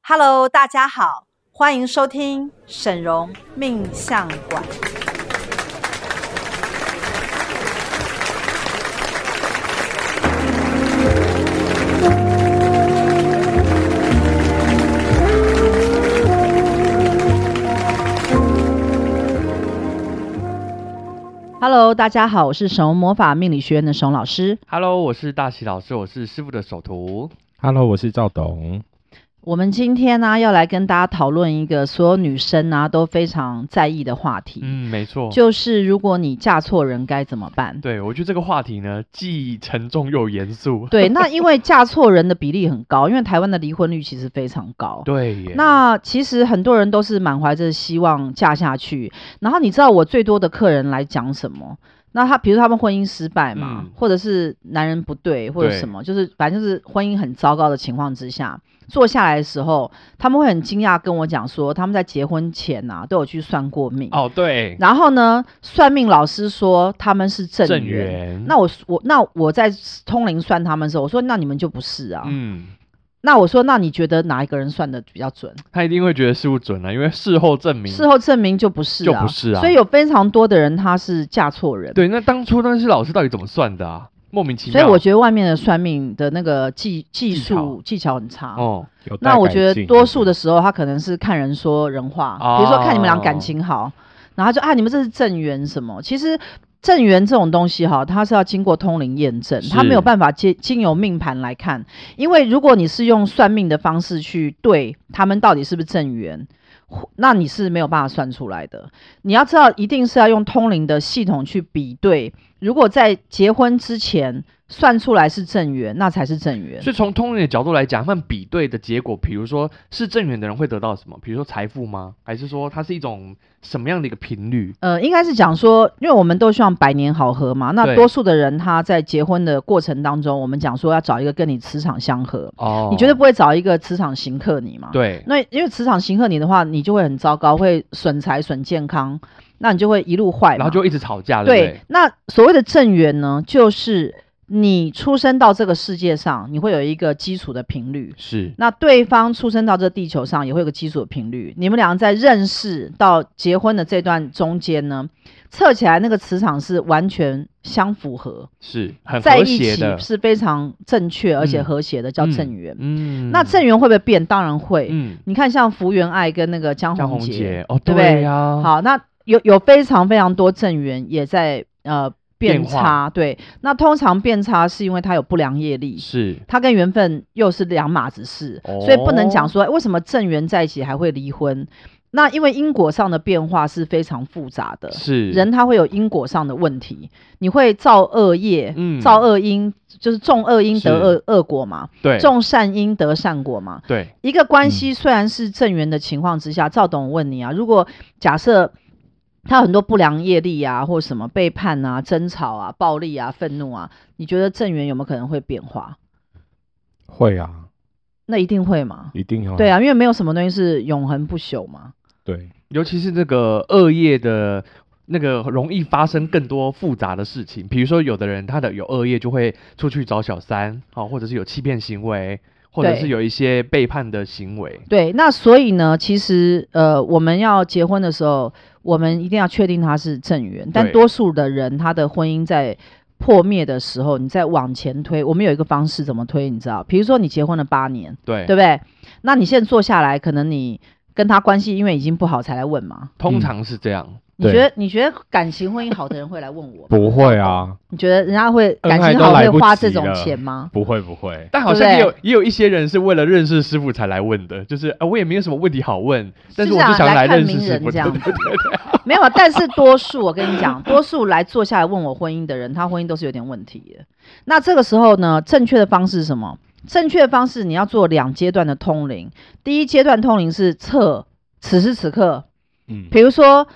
Hello，大家好，欢迎收听沈荣命相馆。Hello，大家好，我是沈荣魔法命理学院的沈荣老师。 Hello，我是大喜老师，我是师傅的首徒。 Hello，我是赵董。我们今天呢、要来跟大家讨论一个所有女生呢、都非常在意的话题。嗯，没错，就是如果你嫁错人该怎么办？对我觉得这个话题呢，既沉重又严肃。对，那因为嫁错人的比例很高，因为台湾的离婚率其实非常高。对耶，那其实很多人都是满怀着希望嫁下去，然后你知道我最多的客人来讲什么？那他比如他们婚姻失败嘛，嗯或者是男人不对或者对什么，就是反正就是婚姻很糟糕的情况之下，坐下来的时候，他们会很惊讶跟我讲说，他们在结婚前呐、都有去算过命，哦，对，然后呢，算命老师说他们是正正缘。缘。那我我那我在通灵算他们的时候，我说那你们就不是啊。嗯，那我说那你觉得哪一个人算的比较准？他一定会觉得事不准啊了，因为事后证明。事后证明就不是、啊，就不是啊所以有非常多的人他是嫁错人。对，那当初那些老师到底怎么算的啊？莫名其所妙。以我觉得外面的算命的那个技技技术技巧很差。哦，有待那我改觉得进多数的时候，他可能是看人说人话，哦比如说看你们俩感情好，然后他就啊，你们这是正缘什么？其实正缘这种东西哈，它是要经过通灵验证，是它没有办法经经由命盘来看，因为如果你是用算命的方式去对他们到底是不是正缘。或那你是没有办法算出来的。你要知道，一定是要用通灵的系统去比对。如果在结婚之前算出来是正缘，那才是正缘。所以从通灵的角度来讲，他们比对的结果，比如说是正缘的人会得到什么？比如说财富吗？还是说它是一种什么样的一个频率？呃，应该是讲说，因为我们都希望百年好合嘛。那对多数的人他在结婚的过程当中，我们讲说要找一个跟你磁场相合，哦，你绝对不会找一个磁场行克你嘛？。对，那因为磁场行克你的话，你就会很糟糕，会损财损健康，那你就会一路坏嘛。然后就一直吵架，对不对。那所谓的正缘呢，就是你出生到这个世界上，你会有一个基础的频率。是，那对方出生到这地球上也会有个基础的频率，你们两个在认识到结婚的这段中间呢，测起来那个磁场是完全相符合，是很在和一谐的起。是非常正确而且嗯和谐的，叫正缘。嗯，那正缘会不会变？当然会。嗯，你看，像福原爱跟那个江江宏宏杰，杰哦，对不对呀、好，那有有非常非常多正缘也在呃变变化差，对。那通常变差是因为他有不良业力，是他跟缘分又是两码子事，所以不能讲哦说哎为什么正缘在一起还会离婚。那因为因果上的变化是非常复杂的，是人他会有因果上的问题，你会造恶业，嗯造恶因就是种恶因得恶是恶果嘛，对嗯种善因得善果嘛。对一个关系虽然是正缘的情况之下，赵董我问你啊，如果假设他有很多不良业力啊，或什么背叛啊、争吵啊、暴力啊、愤怒啊，你觉得正缘有没有可能会变化？会啊，那一定会嘛？一定要对啊，因为没有什么东西是永恒不朽嘛。对，尤其是那个恶业的。那个容易发生更多复杂的事情，比如说有的人他的有恶业就会出去找小三，好、或者是有欺骗行为，或者对是有一些背叛的行为，对，那所以呢，其实呃，我们要结婚的时候，我们一定要确定他是正缘。但对多数的人，他的婚姻在破灭的时候，你再往前推，我们有一个方式怎么推，你知道？比如说你结婚了八年，对，对不对？那你现在坐下来，可能你跟他关系因为已经不好才来问嘛？通常是这样，你对觉得你觉得感情婚姻好的人会来问我吗？不会啊，你觉得人家会恩感爱情都好来会不花及这种了钱吗？不会不会，但好对不像也对有也有一些人是为了认识师傅才来问的，就是啊、我也没有什么问题好问，但是我想就想啊来看认识名师人傅，这样子对对对对没有，啊但是多数我跟你讲，多数来坐下来问我婚姻的人，他婚姻都是有点问题的。那这个时候呢，正确的方式是什么？正确的方式你要做两阶段的通灵。第一阶段通灵是测此时此刻，嗯，比如说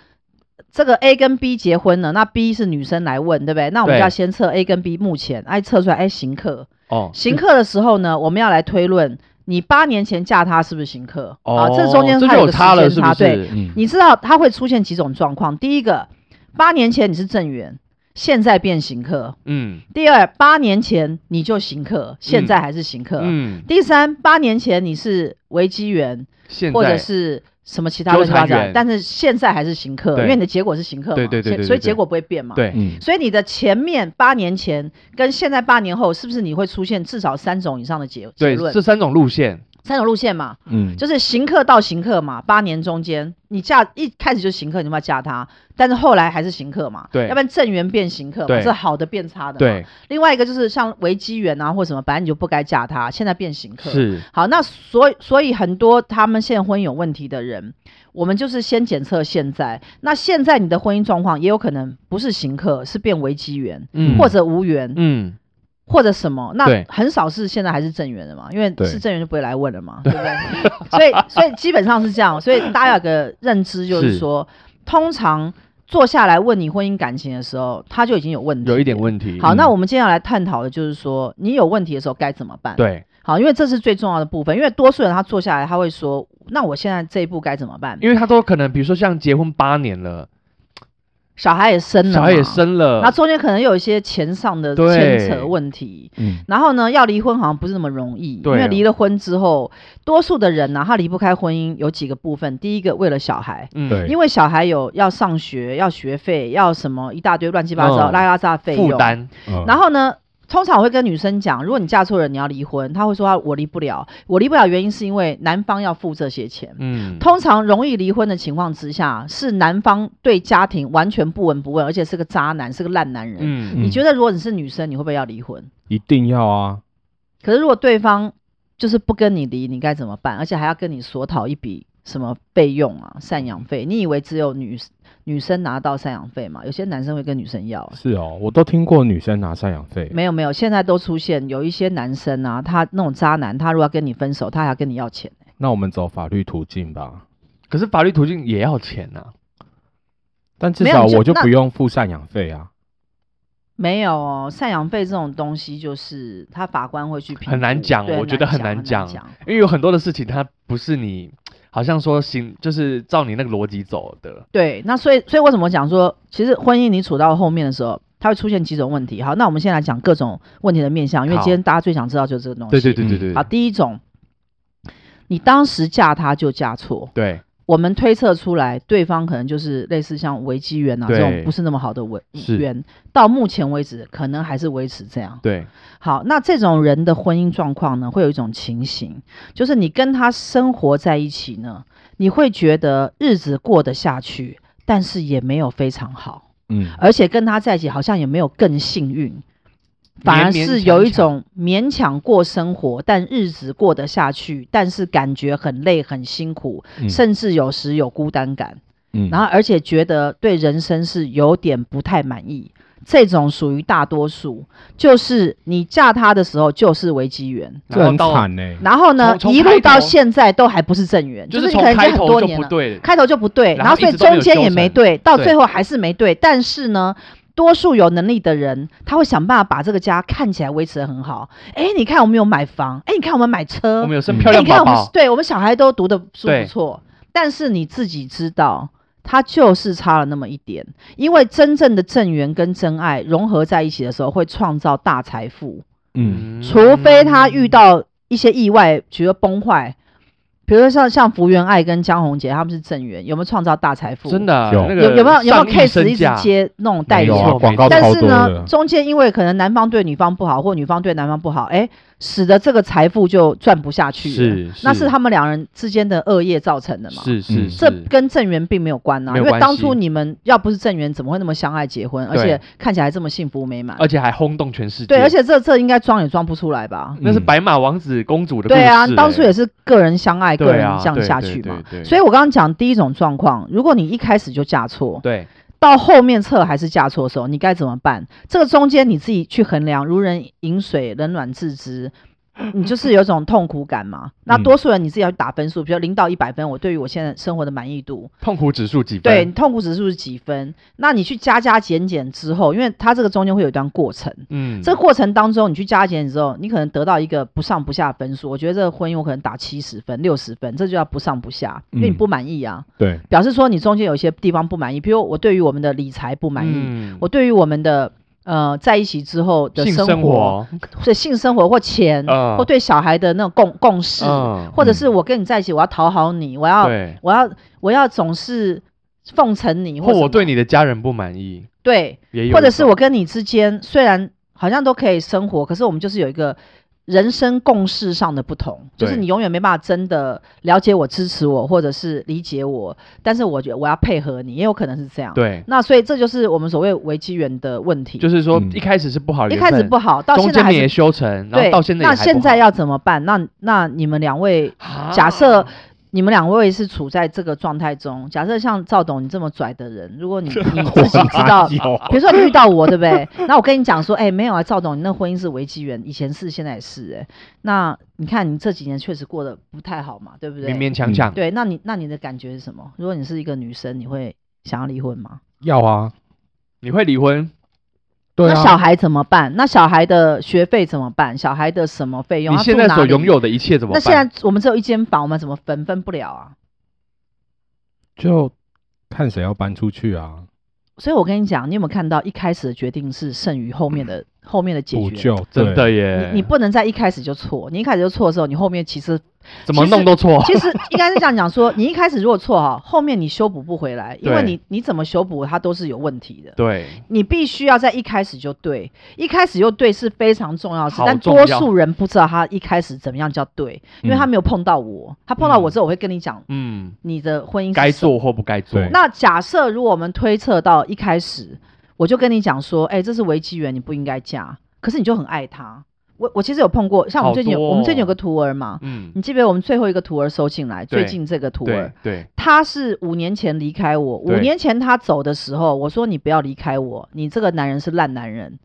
这个 A 跟 B 结婚了，那 B 是女生来问，对不对？那我们对就要先测 A 跟 B 目前，哎，测出来哎行客，哦，行客的时候呢，我们要来推论你八年前嫁他是不是行客？啊，这中间哦这它就有有个时差了，是间不差对。是？嗯你知道它会出现几种状况？第一个，八年前你是正缘，现在变行客；嗯第二，八年前你就行客，现在还是行客；嗯，第三，八年前你是危机员现或者在是什么其他乱七八纠糟缠人，但是现在还是行客，对因为你的结果是行客嘛，对对对所以对所以对结果不会变嘛。对嗯，所以你的前面八年前跟现在八年后，是不是你会出现至少三种以上的结结对论？这三种路线，三种路线嘛，嗯，就是行客到行客嘛，八年中间你嫁一开始就行客，你有没有嫁他？但是后来还是行客嘛，对要不然正缘变行客嘛，对是嗯好的变差的。，对另外一个就是像危机缘啊或什么，本来你就不该嫁他，现在变行客。是，好，那所以所以很多他们现婚有问题的人，我们就是先检测现在。那现在你的婚姻状况也有可能不是行客，是变为机缘，嗯或者无缘，嗯或者什么。那对很少是现在还是正缘的嘛，因为对是正缘就不会来问了 嘛，对不对？所以所以基本上是这样，所以大家有个认知就是是说，通常坐下来问你婚姻感情的时候，他就已经有问题，有一点。问题。好，嗯那我们今天要来探讨的就是说，你有问题的时候该怎么办？。对，好，因为这是最重要的部分，因为多数人他坐下来，他会说：“那我现在这一步该怎么办因为他都可能，比如说像结婚八年了，？”小孩也生了，小孩也，生了那，中间可能有一些钱上的对牵扯问题。嗯然后呢，要离婚好像不是那么容易，因对为啊离了婚之后，多数的人呢、他离不开婚姻，有几个部分。第一个，为了小孩，嗯对因为小孩有要上学、要学费、要什么一大堆乱七八糟、嗯拉拉杂费用。负担，嗯，然后呢，通常我会跟女生讲，如果你嫁错人，你要离婚，她会说啊她我离不了，我离不了原因是因为男方要付这些钱。嗯，通常容易离婚的情况之下，是男方对家庭完全不闻不问，而且是个渣男，是个烂男人。嗯你嗯觉得如果你是女生，你会不会要离婚？一定要啊，可是如果对方就是不跟你离，你该怎么办？而且还要跟你索讨一笔什么费用啊，赡养嗯费？你以为只有女女生拿到赡养费吗？有些男生会跟女生要、是哦，我都听过女生拿赡养费，没有没有，现在都出现有一些男生啊，他那种渣男，他如果要跟你分手，他还要跟你要钱。那我们走法律途径吧，可是法律途径也要钱啊呐，但至没有少你就我就那不用付赡养费啊，没有哦，赡养费这种东西，就是他法官会去评估，很难讲对我觉得很难难讲因为有很多的事情它不是你好像说行，就是照你那个逻辑走的，对，那所以所以为什么讲说，其实婚姻你处到后面的时候，它会出现几种问题。好，那我们先来讲各种问题的面向，因为好今天大家最想知道就是这个东西。对对对嗯对对好，第一种，你当时嫁他就嫁错，对我们推测出来，对方可能就是类似像危机缘啊这对种不是那么好的危是缘，到目前为止可能还是维持这样。对好，那这种人的婚姻状况呢，会有一种情形，就是你跟他生活在一起呢，你会觉得日子过得下去，但是也没有非常好，嗯，而且跟他在一起好像也没有更幸运。反而勉勉是强有一强种勉强过生活，但日子过得下去，但是感觉很累、很辛苦，嗯甚至有时有孤单感，嗯然后而且觉得对人生是有点不太满意，这种属于大多数，就是你嫁他的时候就是危机缘，这很然后到惨呢、然后呢嗯从从一路到开头现在都还不是正缘，就是是你从可能开已经很头多就年不了，对，开头就不对，然后后所一以直都没中有间也纠没缠对，到对最后还是没对，但是呢。多数有能力的人，他会想办法把这个家看起来维持得很好。哎，你看我们有买房，哎，你看我们买车，我们有生嗯漂哎亮你看宝我们，宝，对我们小孩都读的书不对错，但是你自己知道，他就是差了那么一点。因为真正的正缘跟真爱融合在一起的时候，会创造大财富，嗯除非他遇到一些意外，比如说崩坏。比如说像像福原爱跟江宏杰，他们是正缘，有没有创造大财富？真、的啊有那个有有没有有没有上亿 case 身一直价接那种代没理有错啊，没广告错但超是多呢，的，中间因为可能男方对女方不好，或女方对男方不好，哎，使得这个财富就赚不下去了。是那是他们两人之间的恶业造成的嘛？是是嗯是这跟正缘并没有关啊，没因有为关当系初你们要不是正缘，怎么会那么相爱结婚，而对且看起来这么幸福美满？而且还轰动全世界，对，而且这这应该装也装不出来吧？那是嗯白马王子公主的对啊，故事当初欸也是个人相爱，个对人啊这样对下对去嘛对。对所以我刚刚讲第一种状况，如果你一开始就嫁错，对到后面测还是嫁错的时 候，你该怎么办？这个中间你自己去衡量，如人饮水，冷暖自知。你就是有一种痛苦感嘛。那嗯多数人你自己要去打分数，比如零到一百分，我对于我现在生活的满意度，痛苦指数几对分？你，痛苦指数是几分？那你去加加减减之后，因为它这个中间会有一段过程，嗯，这个过程当中你去加减减之后，你可能得到一个不上不下的分数。我觉得这个婚姻我可能打七十分、六十分，这就叫不上不下，因为你嗯不满意啊，对，表示说你中间有一些地方不满意，比如我对于我们的理财不满意，嗯我对于我们的。呃，在一起之后的性生活，所以性生活或钱，嗯或对小孩的那种共共识，嗯或者是我跟你在一起，我要讨好你，我要对，我要我要总是奉承你，或什么我对你的家人不满意，对，也有一种，或者是我跟你之间虽然好像都可以生活，可是我们就是有一个。人生共识上的不同，就是对你永远没办法真的了解我、支持我，或者是理解我。但是我觉得我要配合你，也有可能是这样。，对，那所以这就是我们所谓危机源的问题，就是说嗯一开始是不好的一缘开分，始不好，到中现在间还你是也修成，然后对，到现在那也还不现在好要怎么办？那那你们两位，啊假设你们两位是处在这个状态中，假设像赵董你这么拽的人，如果 你你自己知道， 比有如说你遇到我，对不对？ 那我跟你讲说，哎、没有啊，赵董，你那婚姻是危机源，以前是，现在也是、哎，那你看你这几年确实过得不太好嘛，对不对？嗯勉勉强强，对，那你那你的感觉是什么？如果你是一个女生，你会想要离婚吗？ 要啊，你会离婚，对那小啊，孩怎么办？那小孩的学费怎么办？小孩的什么费用？你他现住在哪所里拥有的一切怎么那办？现在我们只有一间房，我们怎么分分不了啊？就看谁要搬出去啊，所以我跟你讲，你有没有看到一开始的决定是胜于后面的、嗯后面的解补决？救，真对的耶，你你不能在一开始就错，你一开始就错的时候，你后面其实怎么其弄实都错，其实应该是这样讲说，你一开始如果错哈，后面你修补不回来，因为对你你怎么修补它都是有问题的。对，你必须要在一开始就对，一开始就对是非常重要的事，好但重多要数人不知道他一开始怎么样叫对，因为他嗯没有碰到我，他碰到我嗯之后，我会跟你讲嗯，你的婚姻是该什么做或不该做，对那假设如果我们推测到一开始，我就跟你讲说，哎、这是危机缘，你不应该嫁，可是你就很爱他。我我其实有碰过，像我们好最近有、多哦我们最近有个徒儿嘛，嗯，你记不记得我们最后一个徒儿收进来？对最近这个徒对儿，对，他是五年前离开我，五对年前他走的时候，我说你不要离开我，你这个男人是烂男人，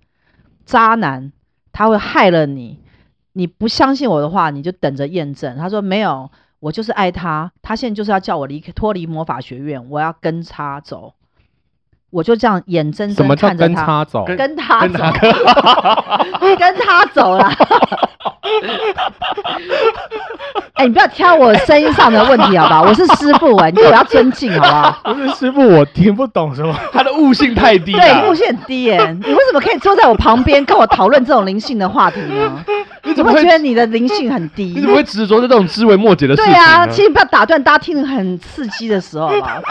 渣男，他会害了你。你不相信我的话，你就等着验证。他说没有，我就是爱他，他现在就是要叫我离开脱离魔法学院，我要跟他走。我就这样眼睁什睁么叫看着跟他，他走？跟他跟他走， 跟他走啦。 哎、你不要挑我声音上的问题好不好？我是师傅哎、你对我要尊敬好不好？不是师傅，我听不懂什么。他的悟性太 低啊对，了目，线很低耶、你为什么可以坐在我旁边跟我讨论这种灵性的话题 呢？你你怎么会会觉得你的灵性很低你？怎么会执着在这种枝微末节的事情对呢？啊，请你不要打断，大家听得很刺激的时候，好不好？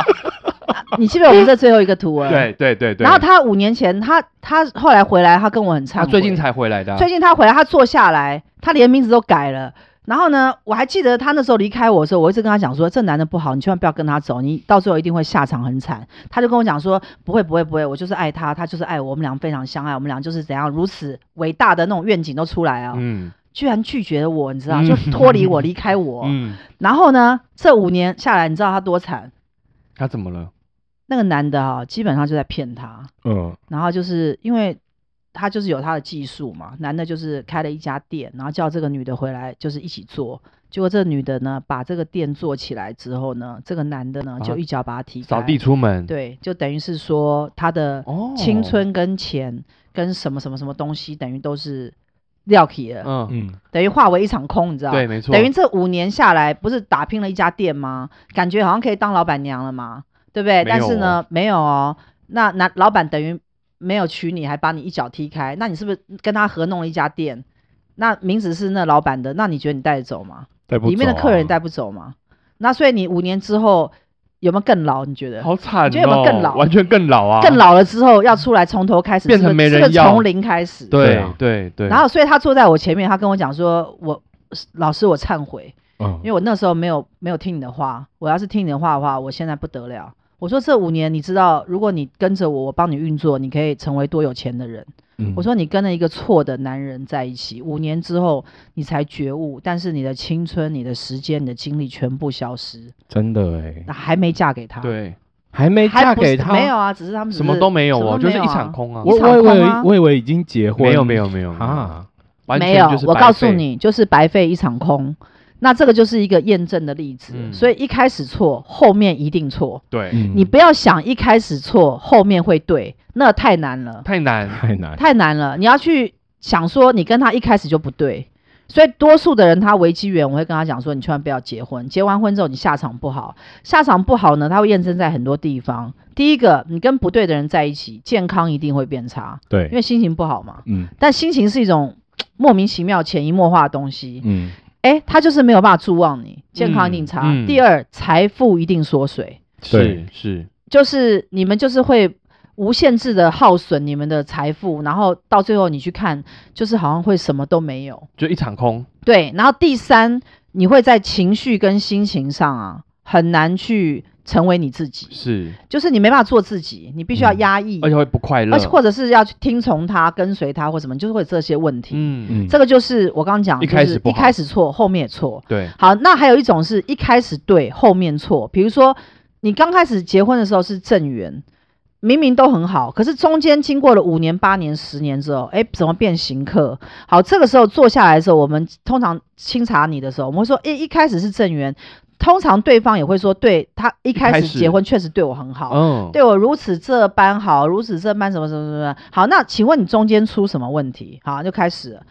你记不记得我们这最后一个图文？。对对对对，然后他五年前，他他后来回来，他跟我很他差。最近才回来的啊，最近他回来，他坐下来，他连名字都改了。然后呢，我还记得他那时候离开我的时候，我一直跟他讲说，这男的不好，你千万不要跟他走，你到最后一定会下场很惨。他就跟我讲说，不会不会不会，我就是爱他，他就是爱我，我们俩非常相爱，我们俩就是怎样如此伟大的那种愿景都出来啊、嗯居然拒绝了我，你知道，就脱离我，离开我。 嗯，然后呢，这五年下来，你知道他多惨？他怎么了？那个男的啊，基本上就在骗他。嗯，然后就是因为他就是有他的技术嘛，男的就是开了一家店，然后叫这个女的回来，就是一起做。结果这女的呢，把这个店做起来之后呢，这个男的呢把他就一脚把他踢开，啊扫地出门，，对，就等于是说他的哦，青，春跟钱跟什么什么什么东西，等于都是撂起了，嗯嗯，嗯，等于化为一场空，你知道？对，没错，等于这五年下来，不是打拼了一家店吗？感觉好像可以当老板娘了嘛，对不对？没有但是呢，没有哦。那那老板等于没有娶你，还把你一脚踢开，那你是不是跟他合弄了一家店？那名字是那老板的，那你觉得你带得走吗？带不里面的走啊客人你带不走吗？那所以你五年之后有没有更老？你觉得？好惨你觉得有没有哦更老完全更老啊，更，老了之后要出来从头开始，变成是不是没人是不是要从零开始。对对啊对对，然后所以他坐在我前面，他跟我讲说：“我老师，我忏悔。”因嗯，为我那时候没有没有听你的话，我要是听你的话的话，我现在不得了。我说这五年，你知道，如果你跟着我，我帮你运作，你可以成为多有钱的人。嗯我说你跟了一个错的男人在一起，五年之后你才觉悟，但是你的青春、你的时间、你的精力全部消失，真的哎那，还没嫁给他，，对，还没还嫁啊不是给他，没有啊，只是他们只什么都没有什么哦，都就没是有一啊场空啊，我一场我以空为啊我以为已经结婚，没有没有没有没有啊，完没全有就是，我白告诉费，你，就是白费一场空。那这个就是一个验证的例子，嗯所以一开始错，后面一定错。对，嗯你不要想一开始错，后面会对，那太难了，太 难，太难，太难了。你要去想说，你跟他一开始就不对。所以多数的人他为机缘，我会跟他讲说，你千万不要结婚，结完婚之后你下场不好，下场不好呢，他会验证在很多地方。第一个，你跟不对的人在一起，健康一定会变差，因对，为心情不好嘛。嗯但心情是一种莫名其妙、潜移默化的东西。嗯，哎、他就是没有办法助望你，健康一定差。嗯嗯第二，财富一定缩水，是是，就是你们就是会无限制的耗损你们的财富，然后到最后你去看，就是好像会什么都没有。就一场空，对，然后第三，你会在情绪跟心情上啊，很难去成为你自己，是，就是你没办法做自己，你必须要嗯压抑，而且会不快乐，而且或者是要去听从他、跟随他或什么，你就是会有这些问题。嗯嗯，这个就是我刚刚讲，一就是开始不一好开始错，后面也错。对，好，那还有一种是一开始对，后面错。比如说你刚开始结婚的时候是正缘，明明都很好，可是中间经过了五年、八年、十年之后，哎，怎么变行客？好，这个时候坐下来的时候，我们通常清查你的时候，我们会说，哎，一开始是正缘，通常对方也会说，对他一开开始始结婚确实对我很好。嗯，对我如此这般好，如此这般什么什么什么好。那请问你中间出什么问题？好，就开始了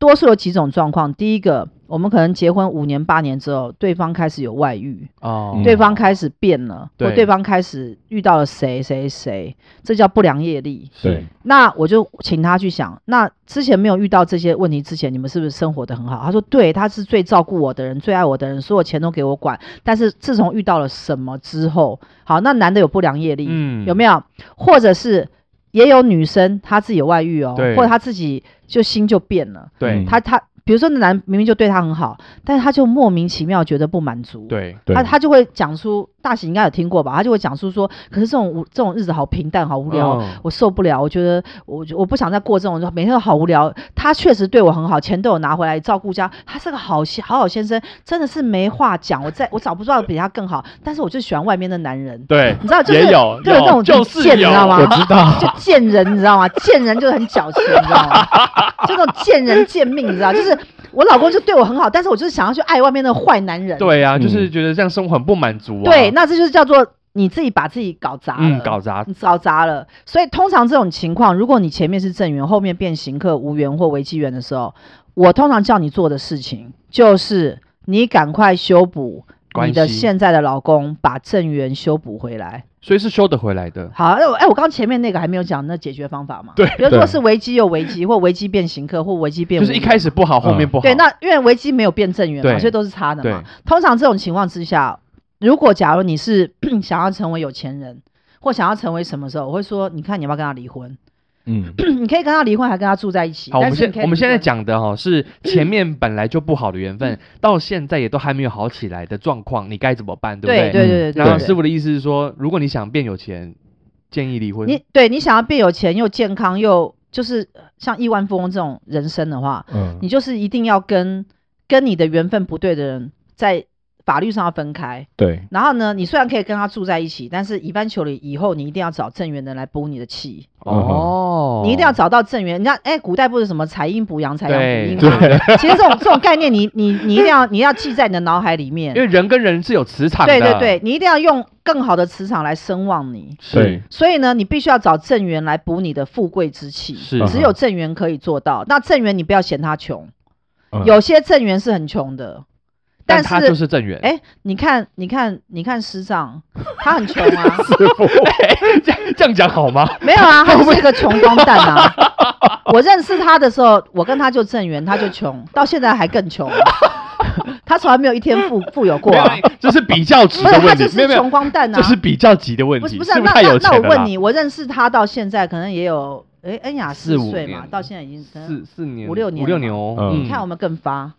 多数有几种状况。第一个，我们可能结婚五年八年之后，对方开始有外遇，哦嗯，对方开始变了，或对对方开始遇到了谁谁谁，这叫不良业力。是对，那我就请他去想，那之前没有遇到这些问题之前，你们是不是生活的很好？他说对，他是最照顾我的人，最爱我的人，所有钱都给我管。但是自从遇到了什么之后，好，那男的有不良业力，嗯有没有？或者是也有女生她自己有外遇哦，对或者她自己就心就变了，对嗯她她比如说那男明明就对她很好，但是她就莫名其妙觉得不满足，。对，对他他就会讲出，大喜应该有听过吧？他就会讲出说，可是这种无这种日子好平淡，好无聊，嗯我受不了，我觉得我我不想再过这种，每天都好无聊。他确实对我很好，钱都有拿回来照顾家，他是个好先好好先生，真的是没话讲。我在我找不到比他更好，但是我就喜欢外面的男人，对，你知道 就是也有就有那种就是贱，你有知道吗？我知 道，就贱人，你知道吗？贱人就是很矫情，你知道 吗？就那种贱人贱命，你知道？就是我老公就对我很好，但是我就是想要去爱外面那个坏男人。对啊，就是嗯觉得这样生活很不满足啊，对，那这就是叫做你自己把自己搞砸了，嗯，搞砸，你搞砸了。所以通常这种情况，如果你前面是正缘，后面变行客、无缘或为机缘的时候，我通常叫你做的事情就是你赶快修补关你的系现在的老公，把正缘修补回来。所以是修得回来的，好，哎、我哎，我刚前面那个还没有讲那解决方法嘛？对比如说对是危机有危机，或危机变行客，或危机变就是一无开始不好，后面嗯不好，对，那因为危机没有变正缘嘛，对所以都是差的嘛对。通常这种情况之下，如果假如你是 想要成为有钱人，或想要成为什么时候，我会说，你看你要不要跟他离婚？嗯，你可以跟他离婚，还跟他住在一起。好，我但们是你现可以我们离现在婚，讲 的哈、是前面本来就不好的缘嗯分，到现在也都还没有好起来的状况，你该怎么办，不对对？嗯对对对然对后师对。傅的意思是说，如果你想变有钱，建议离婚。你对你想要变有钱又健康又就是呃像亿万富翁这种人生的话，嗯，你就是一定要跟跟你的缘分不对的人在法律上要分开。对，然后呢，你虽然可以跟他住在一起，但是以般求理以后，你一定要找正缘人来补你的气。哦，你一定要找到正缘。人家哎，古代不是什么财阴补阳，财阳补对阴吗？其实这种这种概念你，你你一定要你要记在你的脑海里面因。为人跟人是有磁场的，对对对，你一定要用更好的磁场来声望你。是所以呢，你必须要找正缘来补你的富贵之气。是只有正缘可以做到。那正缘你不要嫌他穷，嗯有些正缘是很穷的，但他就是正缘。哎，你看你看你看师丈，他很穷 啊，这样这样讲好吗？没有啊，他就是一个穷光蛋啊！ 我认识他的时候，我跟他就正缘，他就穷，到现在还更穷，啊他从来没有一 天富富有过、啊没。有这是比较 值不是的他问就题，是没有没穷有，光蛋啊！这是比较级的问不是题，是不是啊、不是那太那有钱那我了问啦你，我认识他到现在可能也有哎恩雅四五岁嘛，年到现在已经可能四四年五六年五六了年哦，嗯你看我们更发。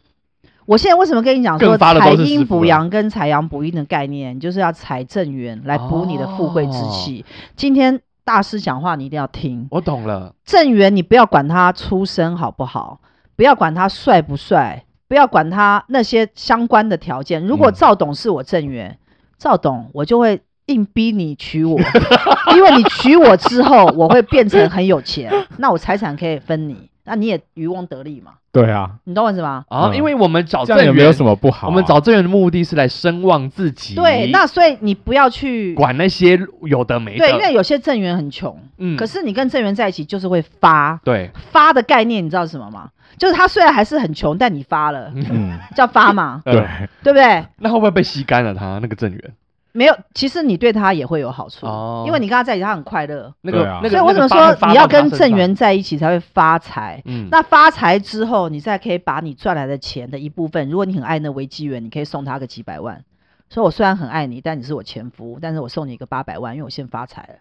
我现在为什么跟你讲说更发的财都是阴师傅补了阳跟财阳补阴的概念，就是要财正缘来补你的富贵之哦气。今天大师讲话你一定要听，我懂了，正缘，你不要管他出身好不好，不要管他帅不帅，不要管他那些相关的条件。如果嗯赵董是我正缘，赵董我就会硬逼你娶我 ，因为你娶我之后，我会变成很有钱，那我财产可以分你。那你也渔翁得利嘛， 对啊，你懂我意思吗？啊，嗯因为我们找这正样也缘没有什么不好啊、我们找正缘的目的是来声望自己，对，那所以你不要去管那些有的没的，对，因为有些正缘很穷，嗯可是你跟正缘在一起就是会发 对，，发的概念，你知道是什么吗？就是他虽然还是很穷，但你发了，嗯，叫发嘛 对呃，对不对？ 那会不会被吸干了他那个正缘？没有，其实你对他也会有好处，哦因为你跟他在一起，他很快乐。那个对啊那个，所以我怎么那个发说，你要跟正，缘在一起才会发财。发到他身上嗯，那发财之后，你再可以把你赚来的钱的一部分，如果你很爱那维基员，你可以送他个几百万。所以我虽然很爱你，但你是我前夫，但是我送你一个八百万，因为我先发财了。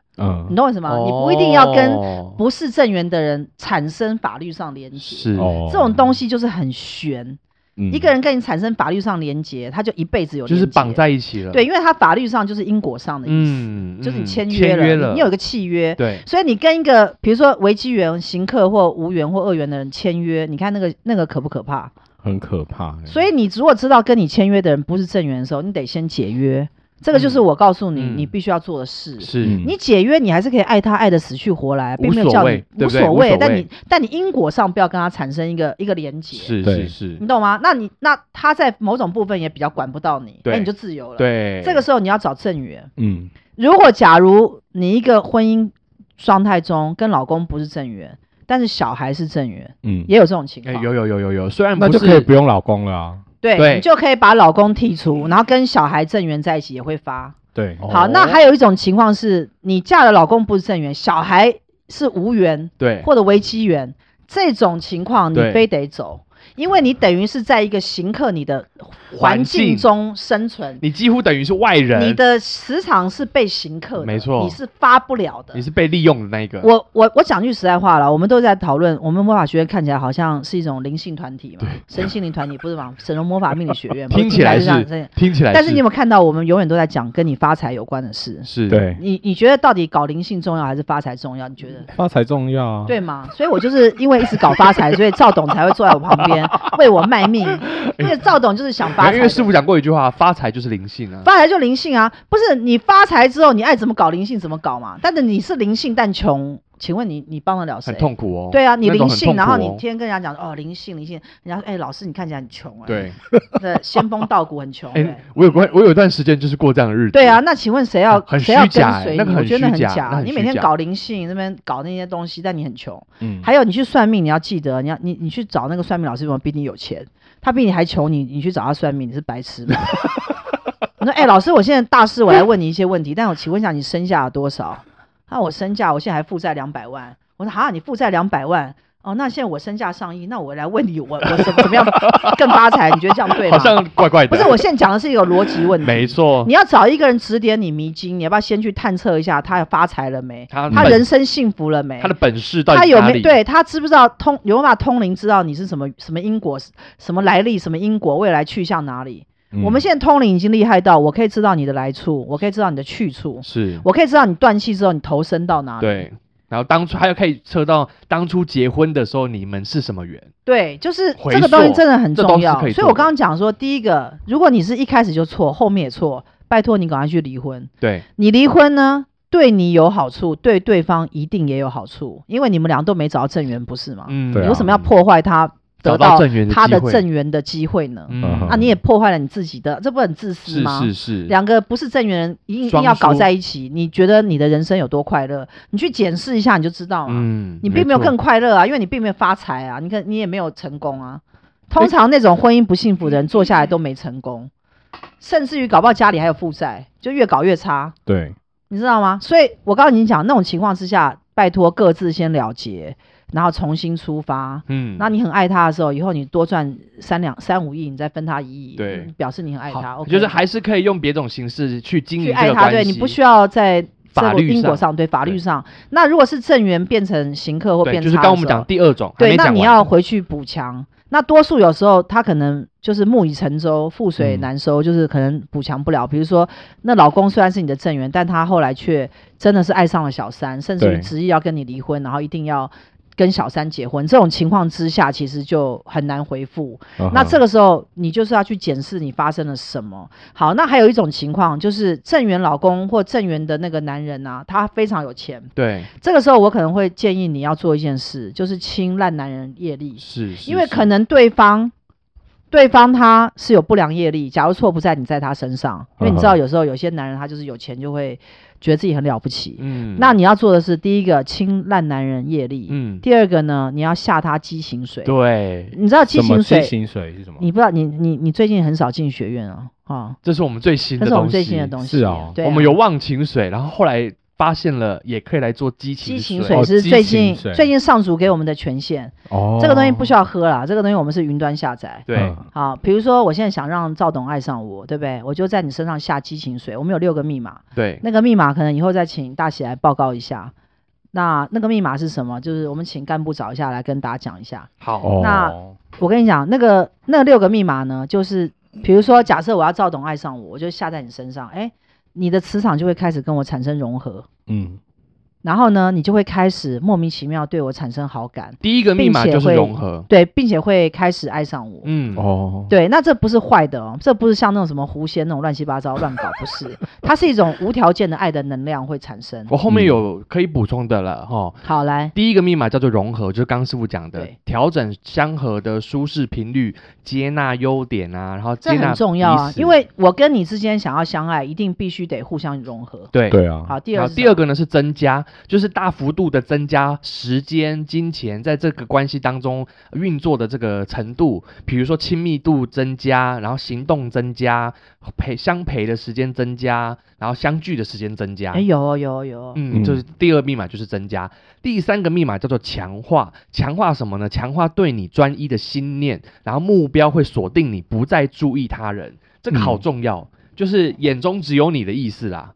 你 嗯，懂我意思吗？你不一定要跟哦不是正缘的人产生法律上连结。是哦，这种东西就是很悬，嗯一个人跟你产生法律上连结，他就一辈子有就是连结绑在一起了，对，因为他法律上就是因果上的意思，嗯，嗯，就是你签约约了，了，你你有一个契约，对，所以你跟一个比如说维基员、行客或无缘或二缘的人签约，你看那个那个可不可怕？很可怕欸、所以你如果知道跟你签约的人不是正缘的时候，你得先解约，这个就是我告诉你、嗯你必须要做的事。是，嗯你解约，你还是可以爱他爱的死去活来，并没有无所叫谓你对无不对所无谓所，但谓你但你因果上不要跟他产生一个一个连结，是对是是你，懂吗？那你那他在某种部分也比较管不到你，对那你就自由了。，对，这个时候你要找正缘。嗯，如果假如你一个婚姻状态中跟老公不是正缘，但是小孩是正缘，嗯也有这种情哎况，有有有有有，虽然那不就可以是不用老公了啊。对对嗯你就可以把老公剔除，然后跟小孩正缘在一起也会发。对，哦好，那还有一种情况是你嫁了老公不是正缘，小孩是无缘对，或者为机缘，这种情况你对非得走，因为你等于是在一个行客你的环环境境中生存，你几乎等于是外人，你的磁场是被行客的，没错你是发不了的你。是被利用的那一个，我我我讲句实在话了，我们都在讨论，我们魔法学院看起来好像是一种灵性团体嘛，身心灵团体不是嘛？神龙魔法命理学院嘛， 听起来就这样是，听起来，但是你有没有看到，我们永远都在讲跟你发财有关的事？是，对，你你觉得到底搞灵性重要还是发财重要？你觉得？发财重要啊。对嘛？所以我就是因为一直搞发财，所以赵董才会坐在我旁边为我卖命。因为赵董就是想发财哎因的，为师傅讲过一句话，发财就是灵性啊，发财就灵性啊，不是你发财之后你爱怎么搞灵性怎么搞嘛。但是你是灵性但穷，请问你你帮得了谁很？痛苦哦，对啊，你那种灵很性，痛然苦后你哦天天跟人家讲哦灵性灵性，人家说哎、老师你看起来很穷啊，对，对，仙风道骨很穷、哎哎，我有关，我有一段时间就是过这样的日子，对啊，，那请问谁要很谁要虚假跟哎随你？那个我很觉得虚很假那很你虚每天假搞灵性那边搞那些东西，但你很穷。嗯，还有你去算命，你要记得，你要你你去找那个算命老师，有没有比你有钱？他比你还穷，你你去找他算命，你是白 痴吗？你说，哎、老师，我现在大师，我来问你一些问题，但我请问一下，你身价有多少？啊，我身价，我现在还负债两百万。我说，哈，你负债两百万，哦，那现在我身价上亿，那我来问你，我我怎怎么样更发财？你觉得这样对 好吗？像怪怪的，不是，我现在讲的是一个逻辑问题。没错，你要找一个人指点你迷津，你要不要先去探测一下他发财了没？他他本人生幸福了没？他的本事到底他是有哪没里对他知不知道通有没有办法通灵知道你是什么什么因果什么来历什么因果未来去向哪里？嗯我们现在通灵已经厉害到我可以知道你的来处，我可以知道你的去处，是，我可以知道你断气之后你投身到哪里。对。然后当初还可以测到当初结婚的时候你们是什么缘，对就是回这个东西溯真的很这重都是要。可以所以做我的刚刚讲说，第一个，如果你是一开始就错，后面也错，拜托你赶快去离婚。对，你离婚呢，对你有好处，对对方一定也有好处，因为你们俩都没找到正缘，不是吗？嗯对啊你为什么要破坏他找得到正缘的他机的会正缘的机会呢？嗯啊，你也破坏了你自己的，这不很自私是吗？是是，两个不是正缘人一定一定双要搞输在一起，你觉得你的人生有多快乐？你去检视一下你就知道啊，嗯，你并没有错更快乐啊，因为你并没有发财啊，你看你也没有成功啊。通常那种婚姻不幸福的人坐下来都没成功，甚至于搞不好家里还有负债，就越搞越差。对，你知道吗？所以我告诉你讲，那种情况之下，拜托各自先了结，然后重新出发。嗯，那你很爱他的时候，以后你多赚三两三五亿，你再分他一亿，对嗯表示你很爱好他。OK，就是还是可以用别种形式去经去营爱这个他，关对系，你不需要在这法个律因果上上对法律对上。那如果是正缘变成行客或对变就是差刚刚的我们时候讲第二种，还对，没那讲你完要回去补强。那多数有时候他可能就是木已成舟，覆水嗯难收，就是可能补强不了。比如说，那老公虽然是你的正缘，但他后来却真的是爱上了小三，甚至于对执意要跟你离婚，然后一定要跟小三结婚，这种情况之下，其实就很难回复。嗯啊那哈这个时候你就是要去检视你发生了什么。好，那还有一种情况就是正缘老公或正缘的那个男人啊，他非常有钱。对，这个时候我可能会建议你要做一件事，就是清烂男人业力，是，是因为是可能对方。对方他是有不良业力，假如错不在你在他身上，因为你知嗯道哼有时候有些男人他就是有钱就会觉得自己很了不起。嗯，那你要做的是第一个清烂男人业力，嗯，第二个呢你要下他激情水。对，你知道激什么情水畸形水是什么？你不知道，你你你最近很少进学院啊、啊，这是我们最新这的是我们东最新的西。东西。是哦对啊、我们有忘情水，然后后来发现了也可以来做激情激情水水哦是激最情近水最近上主给我们的权限，哦，这个东西不需要喝啦，这个东西我们是云端下载。对，嗯好，比如说我现在想让赵董爱上我，对不对？我就在你身上下激情水，我们有六个密码，对，那个密码可能以后再请大喜来报告一下。那那个密码是什么？就是我们请干部找一下来跟大家讲一下。好，哦，那我跟你讲，那个那六个密码呢，就是比如说，假设我要赵董爱上我，我就下在你身上，哎，你的磁场就会开始跟我产生融合，嗯，然后呢，你就会开始莫名其妙对我产生好感，第一个密并码且就是会融合，对，并且会开始爱上我。嗯，哦，对，那这不是坏的哦，这不是像那种什么狐仙那种乱七八糟乱搞，不是，它是一种无条件的爱的能量会产生。我后面嗯有可以补充的了哈。好，来，第一个密码叫做融合，就是刚刚师傅讲的对，调整相合的舒适频率，接纳优点啊，然后这接纳很重要啊彼，此因为我跟你之间想要相爱，一定必须得互相融合。对对啊，哦好，第二然后是第什二么个呢是增加，就是大幅度的增加时间、金钱在这个关系当中运作的这个程度，比如说亲密度增加，然后行动增加，陪相陪的时间增加，然后相聚的时间增加。哎，有哦有哦有哦，嗯，就嗯是第二密码就是增加，第三个密码叫做强化。强化什么呢？强化对你专一的心念，然后目标会锁定你，不再注意他人。这个好嗯重要，就是眼中只有你的意思啦。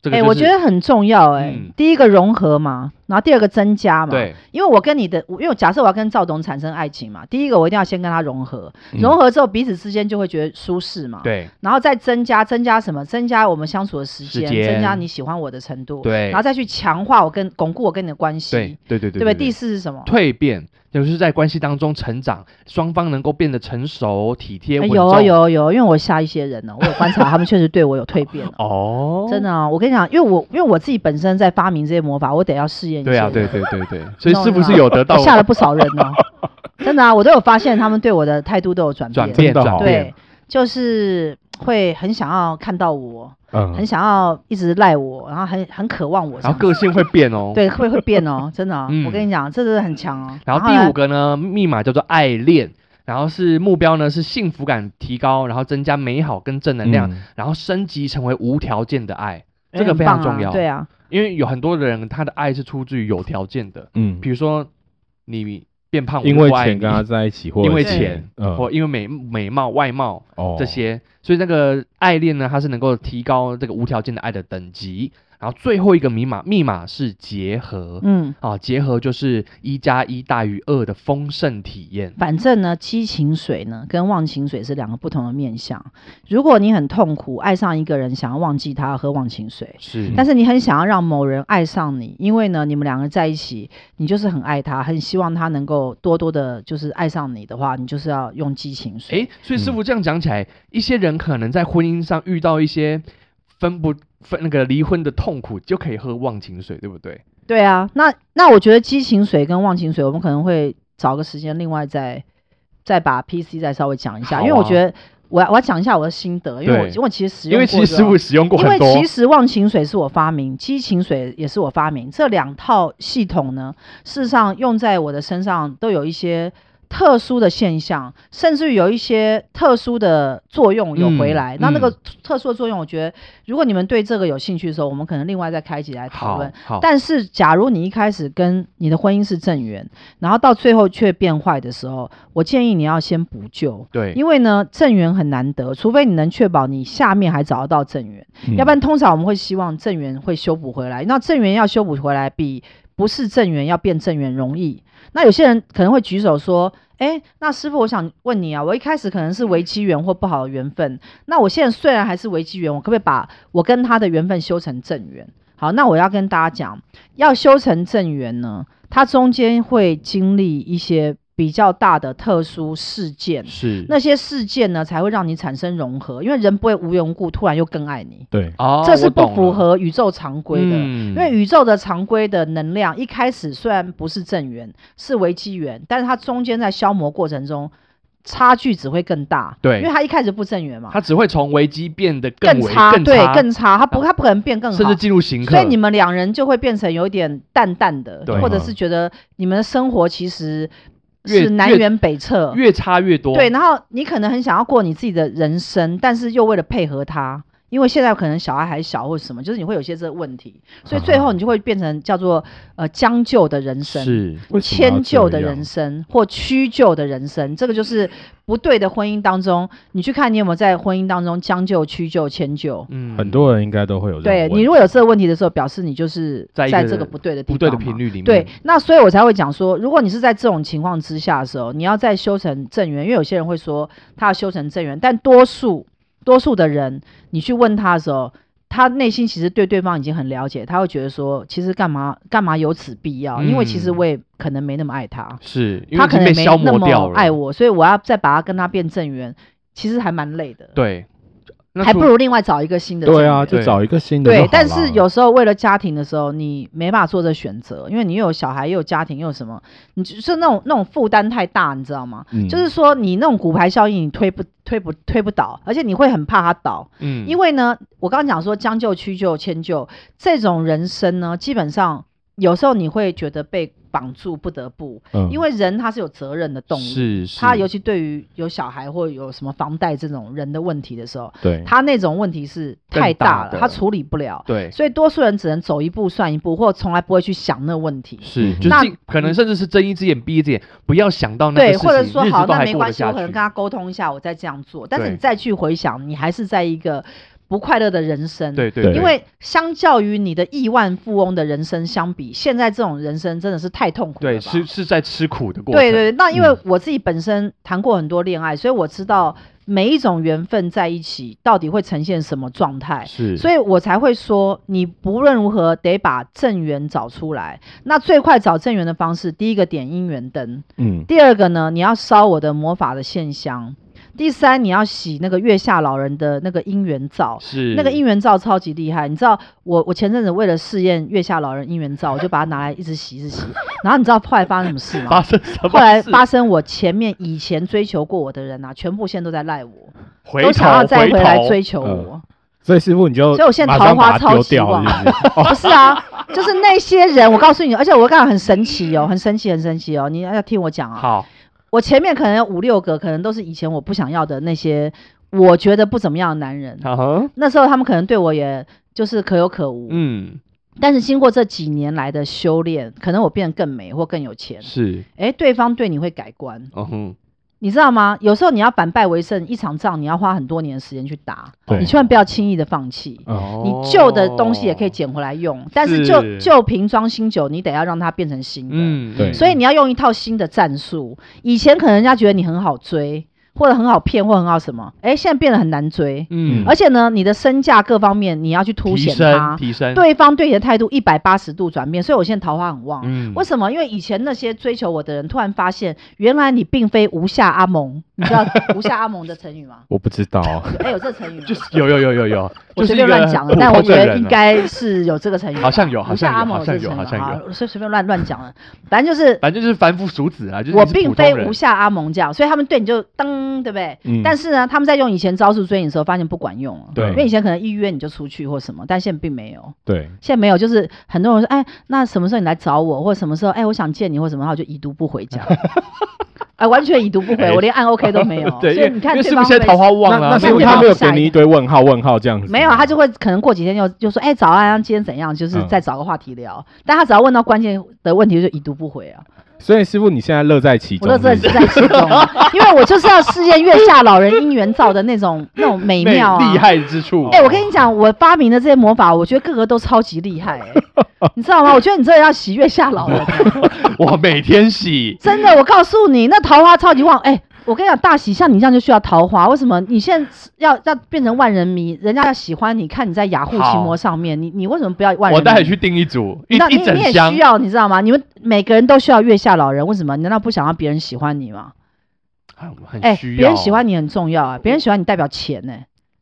这个、哎、就是我觉得很重要哎、嗯第一个融合嘛，然后第二个增加嘛。，对，因为我跟你的，我因为假设我要跟赵董产生爱情嘛，第一个我一定要先跟他融合，嗯融合之后彼此之间就会觉得舒适嘛。。对然后再增加增加什么？增加我们相处的时时间，间增加你喜欢我的程度，对然后再去强化我跟巩固我跟你的关系，对对对对对不对？第四是什么？蜕变，就是在关系当中成长，双方能够变得成熟、体贴、哎稳有哦重有哦有哦，因为我下一些人呢、我有观察他们确实对我有蜕变、哦。 哦，真的啊、我跟你讲，因为我因为我自己本身在发明这些魔法，我得要试验一下。对啊，对对对对，所以是不是你知道吗有得到我吓了不少人 哦，真的啊，我都有发现他们对我的态度都有转转变变真的转好变？对，就是会很想要看到我，嗯很想要一直赖我，然后很很渴望我这然样后子，个性会变哦。。对会会变哦，真的哦、嗯我跟你讲，这是很强哦。然后第呢五个呢，密码叫做爱恋，然后是目标呢是幸福感提高，然后增加美好跟正能量，嗯然后升级成为无条件的爱，哎这个很非常棒啊重要对啊，因为有很多的人他的爱是出自于有条件的，嗯比如说你变胖，我因就为不爱钱跟你他在一起，或者因为是钱，嗯，或因为美美貌、外貌，哦这，些，所以那个爱恋呢，它是能够提高这个无条件的爱的等级。然后最后一个密码，密码是结合、嗯，啊，结合就是一加一大于二的丰盛体验。反正呢，激情水呢跟忘情水是两个不同的面相。如果你很痛苦，爱上一个人，想要忘记他，喝忘情水。是但是你很想要让某人爱上你，因为呢，你们两个在一起，你就是很爱他，很希望他能够多多的，就是爱上你的话，你就是要用激情水。诶，所以师嗯傅这样讲起来，一些人可能在婚姻上遇到一些分不分那个离婚的痛苦，就可以喝忘情水，对不对？对啊，那那我觉得激情水跟忘情水，我们可能会找个时间另外再再把 PC 再稍微讲一下，好啊因为我觉得我要我要讲一下我的心得，因为我对因为我其实使用因为过其实之师后傅使用过因为很多其，实忘情水是我发明，激情水也是我发明，这两套系统呢，事实上用在我的身上都有一些特殊的现象，甚至于有一些特殊的作用有回来。嗯那那个嗯特殊的作用，我觉得如果你们对这个有兴趣的时候，我们可能另外再开一集来讨好论。好，但是，假如你一开始跟你的婚姻是正缘，然后到最后却变坏的时候，我建议你要先补救，对，因为呢，正缘很难得，除非你能确保你下面还找得到正缘。嗯要不然通常我们会希望正缘会修补回来。那正缘要修补回来，比不是正缘要变正缘容易。那有些人可能会举手说：“哎，那师傅，我想问你啊，我一开始可能是危机缘或不好的缘分，那我现在虽然还是危机缘，我可不可以把我跟他的缘分修成正缘？”好，那我要跟大家讲，要修成正缘呢，它中间会经历一些比较大的特殊事件，是那些事件呢才会让你产生融合，因为人不会无缘无故突然又更爱你，对，哦，这是我不懂符了合宇宙常规的。嗯因为宇宙的常规的能量一开始虽然不是正缘，是为机缘，但是它中间在消磨过程中差距只会更大。对因为它一开始不正缘嘛，它只会从危机变得更危差，更对，差嗯更差，它不，它不可能变更甚好至。进入刑课。所以你们两人就会变成有点淡淡的对，嗯或者是觉得你们的生活其实越是南越辕北辙。越差越多，对，然后你可能很想要过你自己的人生，但是又为了配合他，因为现在可能小孩还小或者什么，就是你会有些这个问题，所以最后你就会变成叫做呃将就的人生。啊是为什么要迁就的这样人生或屈就的人生，这个就是不对的婚姻当中，你去看你有没有在婚姻当中将就、屈就、迁就。嗯很多人应该都会有这种对问题你如果有这个问题的时候，表示你就是在一在个这个不对的地不方对的嘛频率里面，对，那所以我才会讲说，如果你是在这种情况之下的时候，你要再修成正缘，因为有些人会说他要修成正缘，但多数多数的人，你去问他的时候，他内心其实对对方已经很了解，他会觉得说，其实干嘛干嘛有此必要？因为其实嗯我也可能没那么爱他，是因为他已可经能被没消那磨掉么了，爱我，所以我要再把他跟他变正缘，其实还蛮累的，对，那还除不如另外找一个新的正对缘。啊，就对找一个新的就对好啦，但是有时候为了家庭的时候，你没办法做这选择，因为你又有小孩，又有家庭，又有什么，你就是那种那种负担太大，你知道吗？嗯就是说你那种骨牌效应，你推不推不推不倒，而且你会很怕它倒，嗯，因为为呢，我刚刚讲说将就、屈就、迁就这种人生呢，基本上有时候你会觉得被绑住，不得不，嗯因为人他是有责任的动物。是是他尤其对于有小孩或有什么房贷这种人的问题的时候，对他那种问题是更太大大了，的他处理不了。对所以多数人只能走一步算一步，或从来不会去想那问题。是嗯就是那尽可能甚至是睁一只眼闭一只眼，不要想到那个对，事情，或者说日子好，都那还没过关得系，我下可能去跟他沟通一下，我再这样做。但是对你再去回想，你还是在一个不快乐的人生。对对对对因为相较于你的亿万富翁的人生相比，现在这种人生真的是太痛苦了对吧。是是在吃苦的过程，对对，对那因为嗯我自己本身谈过很多恋爱，所以我知道每一种缘分在一起到底会呈现什么状态。是所以我才会说，你不论如何得把正缘找出来。那最快找正缘的方式，第一个点姻缘灯，嗯第二个呢，你要烧我的魔法的线香，第三你要洗那个月下老人的那个姻缘皂。是那个姻缘皂超级厉害，你知道我我前阵子为了试验月下老人姻缘皂，我就把它拿来一直洗一直洗，然后你知道后来发生什么事发吗？生什么后来事发生我前面以前追求过我的人啊，全部现在都在赖我，回都想要头嗯再回来头追求呃我。所以师傅你就，所以我现在桃花超级旺不是啊，就是那些人，我告诉你，而且我刚刚很神奇哦，很神奇，很神奇哦，你要听我讲啊。好我前面可能有五六个，可能都是以前我不想要的那些，我觉得不怎么样的男人。啊哈那时候他们可能对我也就是可有可无，嗯但是经过这几年来的修炼，可能我变得更美或更有钱，是诶，对方对你会改观，嗯哼你知道吗？有时候你要反败为胜，一场仗你要花很多年的时间去打，对你千万不要轻易的放弃。嗯哦，你旧的东西也可以捡回来用，但是旧哦是旧瓶装新酒，你得要让它变成新的。嗯对所以你要用一套新的战术。以前可能人家觉得你很好追，或者很好骗，或很好什么，哎，现在变得很难追。嗯而且呢，你的身价各方面你要去凸提显升它，提升对方对你的态度一百八十度转变，所以我现在桃花很旺。嗯为什么？因为以前那些追求我的人，突然发现原来你并非无下阿蒙，你知道无下阿蒙的成语 吗？我不知道，哎，有这成语吗？就是有有有 有有，我就是随一便个乱讲了普，但我通觉的得人应啊该是有这个成语吧，好像有好不是像有阿蒙好像这个有成语好像啊有我随随便乱乱讲了，反正就是反正就是凡夫俗子啊，就是我你是并普通非人无下阿蒙这样，所以他们对你就噔，对不对？嗯但是呢，他们在用以前招数追你的时候，发现不管用了。对因为以前可能一约你就出去或什么，但现在并没有，对，现在没有，就是很多人说，哎，那什么时候你来找我，或什么时候，哎，我想见你或什么，然后就已读不回 这样，哎，完全已读不回，哎。我连按 OK 都没有 对，因所以为你看因为对是不方是现在会桃花旺那了？啊那所师以傅我他就没有吓给一你一跳堆问号问号这样子吗，没有，他就会可能过几天就就说，哎，早安啊，今天怎样？就是嗯再找个话题聊。但他只要问到关键的问题，就已读不回啊。所以师傅你现在乐在其我中，乐在是不是在其中，因为我就是要试验月下老人姻缘照的那种那种美魅妙啊。厉！害之处，哎、我跟你讲，我发明的这些魔法，我觉得个个都超级厉害、哎 你知道吗？我觉得你真的要喜月下老人，哦我每天洗，真的，我告诉你，那桃花超级旺。哎、我跟你讲，大喜像你这样就需要桃花。为什么你现在要要变成万人迷？人家要喜欢你，看你在雅虎奇摩上面，你你为什么不要万人迷？我带你去订一组，一那你一整你也箱需。要，你知道吗？你们每个人都需要月下老人，为什么？你难道不想让别人喜欢你吗？很啊很哎，需要。别人喜欢你很重要啊，别人喜欢你代表钱呢、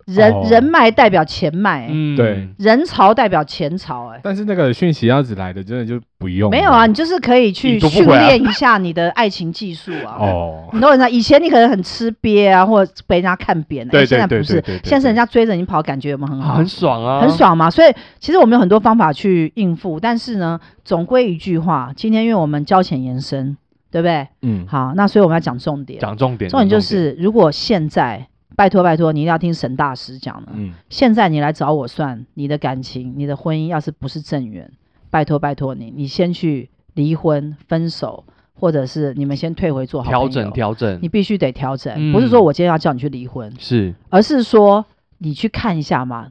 人、哦人脉代表钱脉、哎嗯，对人潮代表钱潮、哎。但是那个讯息要是来的，真的就不用没有了啊，你就是可以去你读不训回啊来练一下你的爱情技术啊。哦，你懂我意思吗？以前你可能很吃瘪啊，或者被人家看扁，哎对对现在对不对是对对，对现在是人家追着你跑，感觉有没有很啊好？很爽啊，很。爽嘛。所以其实我们有很多方法去应付，但是呢，总归一句话，今天因为我们交浅言深，对不对？嗯，好，那所以我们要讲重点，讲重点，重点就讲是，如果现在，拜托拜托，你一定要听沈大师讲的，嗯，现在你来找我算你的感情、你的婚姻，要是不是正缘，拜托拜托你，你先去离婚、分手，或者是你们先退回做好调朋友整调你整，必须得调整，嗯不是说我今天要叫你去离婚，是而是说你去看一下嘛，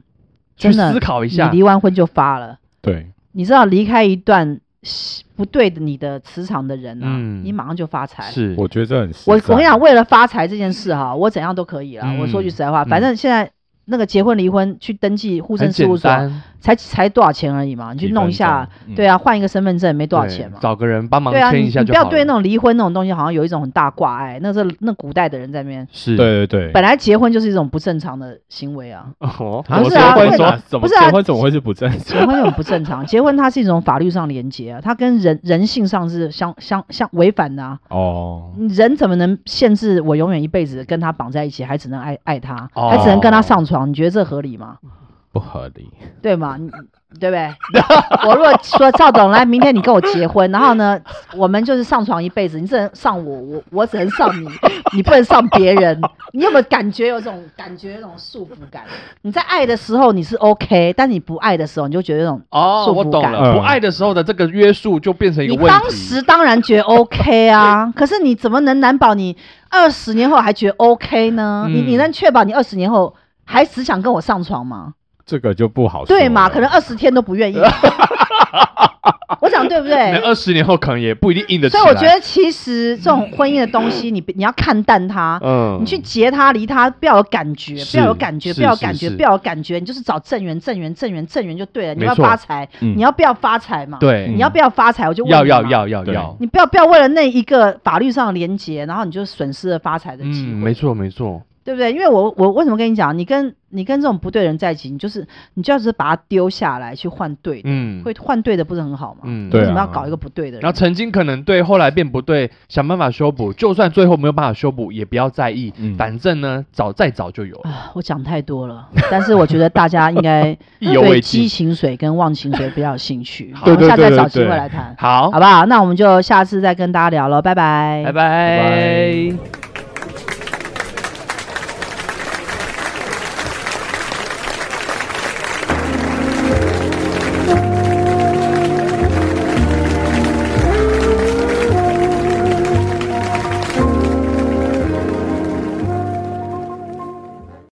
去真的思考一你下。离完婚就发了，对，你知道离开一段不对的你的磁场的人啊，嗯你马上就发财。是，我觉得这很实我我在跟你讲，，为了发财这件事哈，我怎样都可以啦。嗯我说句实在话，嗯反正现在那个结婚离婚去登记户很政事简务所，单，才才多少钱而已嘛，你去弄一下，对啊，啊，换一个身份证也没多少对钱嘛。找个人帮忙对啊，签你一下你就不好了。要对那种离婚那种东西好像有一种很大挂碍，那是那古代的人在那边。是对对对，本来结婚就是一种不正常的行为啊，哦，啊我是结啊说婚会为怎说么怎么不是啊结婚怎么会是不正结常？婚就很不正常。结 婚它是一种法律上连结啊，它跟人人性上是相相相违反的啊。哦，人怎么能限制我永远一辈子跟他绑在一起，还只能爱爱他，哦还只能跟他上床？你觉得这合理吗？不合理，对吗？ 你对不对？我如果说赵董来，明天你跟我结婚，然后呢，我们就是上床一辈子，你只能上我，我我只能上你，你不能上别人。你有没有感觉有种感觉，有种束缚感？你在爱的时候你是 OK，但你不爱的时候，你就觉得有种。哦，束我缚懂感了，不嗯爱的时候的这个约束就变成一个你问题。当时当然 觉得 OK 啊，可是你怎么能难保你二十年后还觉得 OK 呢？你你嗯能确保你二十年后还只想跟我上床吗？这个就不好说对嘛？了可能二十天都不 愿意。我讲对不对？二十年后可能也不一定硬得起哎所来。以我觉，得，其实这种婚姻的东 西，你你要看淡它，嗯，啊你去结它、离它，不要有感觉，是不要有感觉，是不要有是感觉，是不要有感觉，你就是找正缘、正缘、正缘、正缘就对了。你没要错发财，嗯你要不要发财嘛？，对，你要不要发财？我就问要你嗯要嘛。要要对要，你不要不要为了那一个法律上的连结，然后你就损失了发财的机嗯，会，没错没错，对不对？因为我我为什么跟你讲，你跟你跟这种不对的人在一起，你就是你就要只是把它丢下来去换对的，嗯，会换对的不是很好吗？嗯为对什么要啊搞一个不对的人？然后曾经可能对，后来变不对，想办法修补，就算最后没有办法修补，也不要在意，嗯反正呢，早再早就有了。啊，我讲太多了，但是我觉得大家应该 意犹对未激尽。情水跟忘情水比较有兴 趣，好我们下次对再对对找对机会对来谈，好，好不好？那我们就下次再跟大家聊了，拜拜拜拜。拜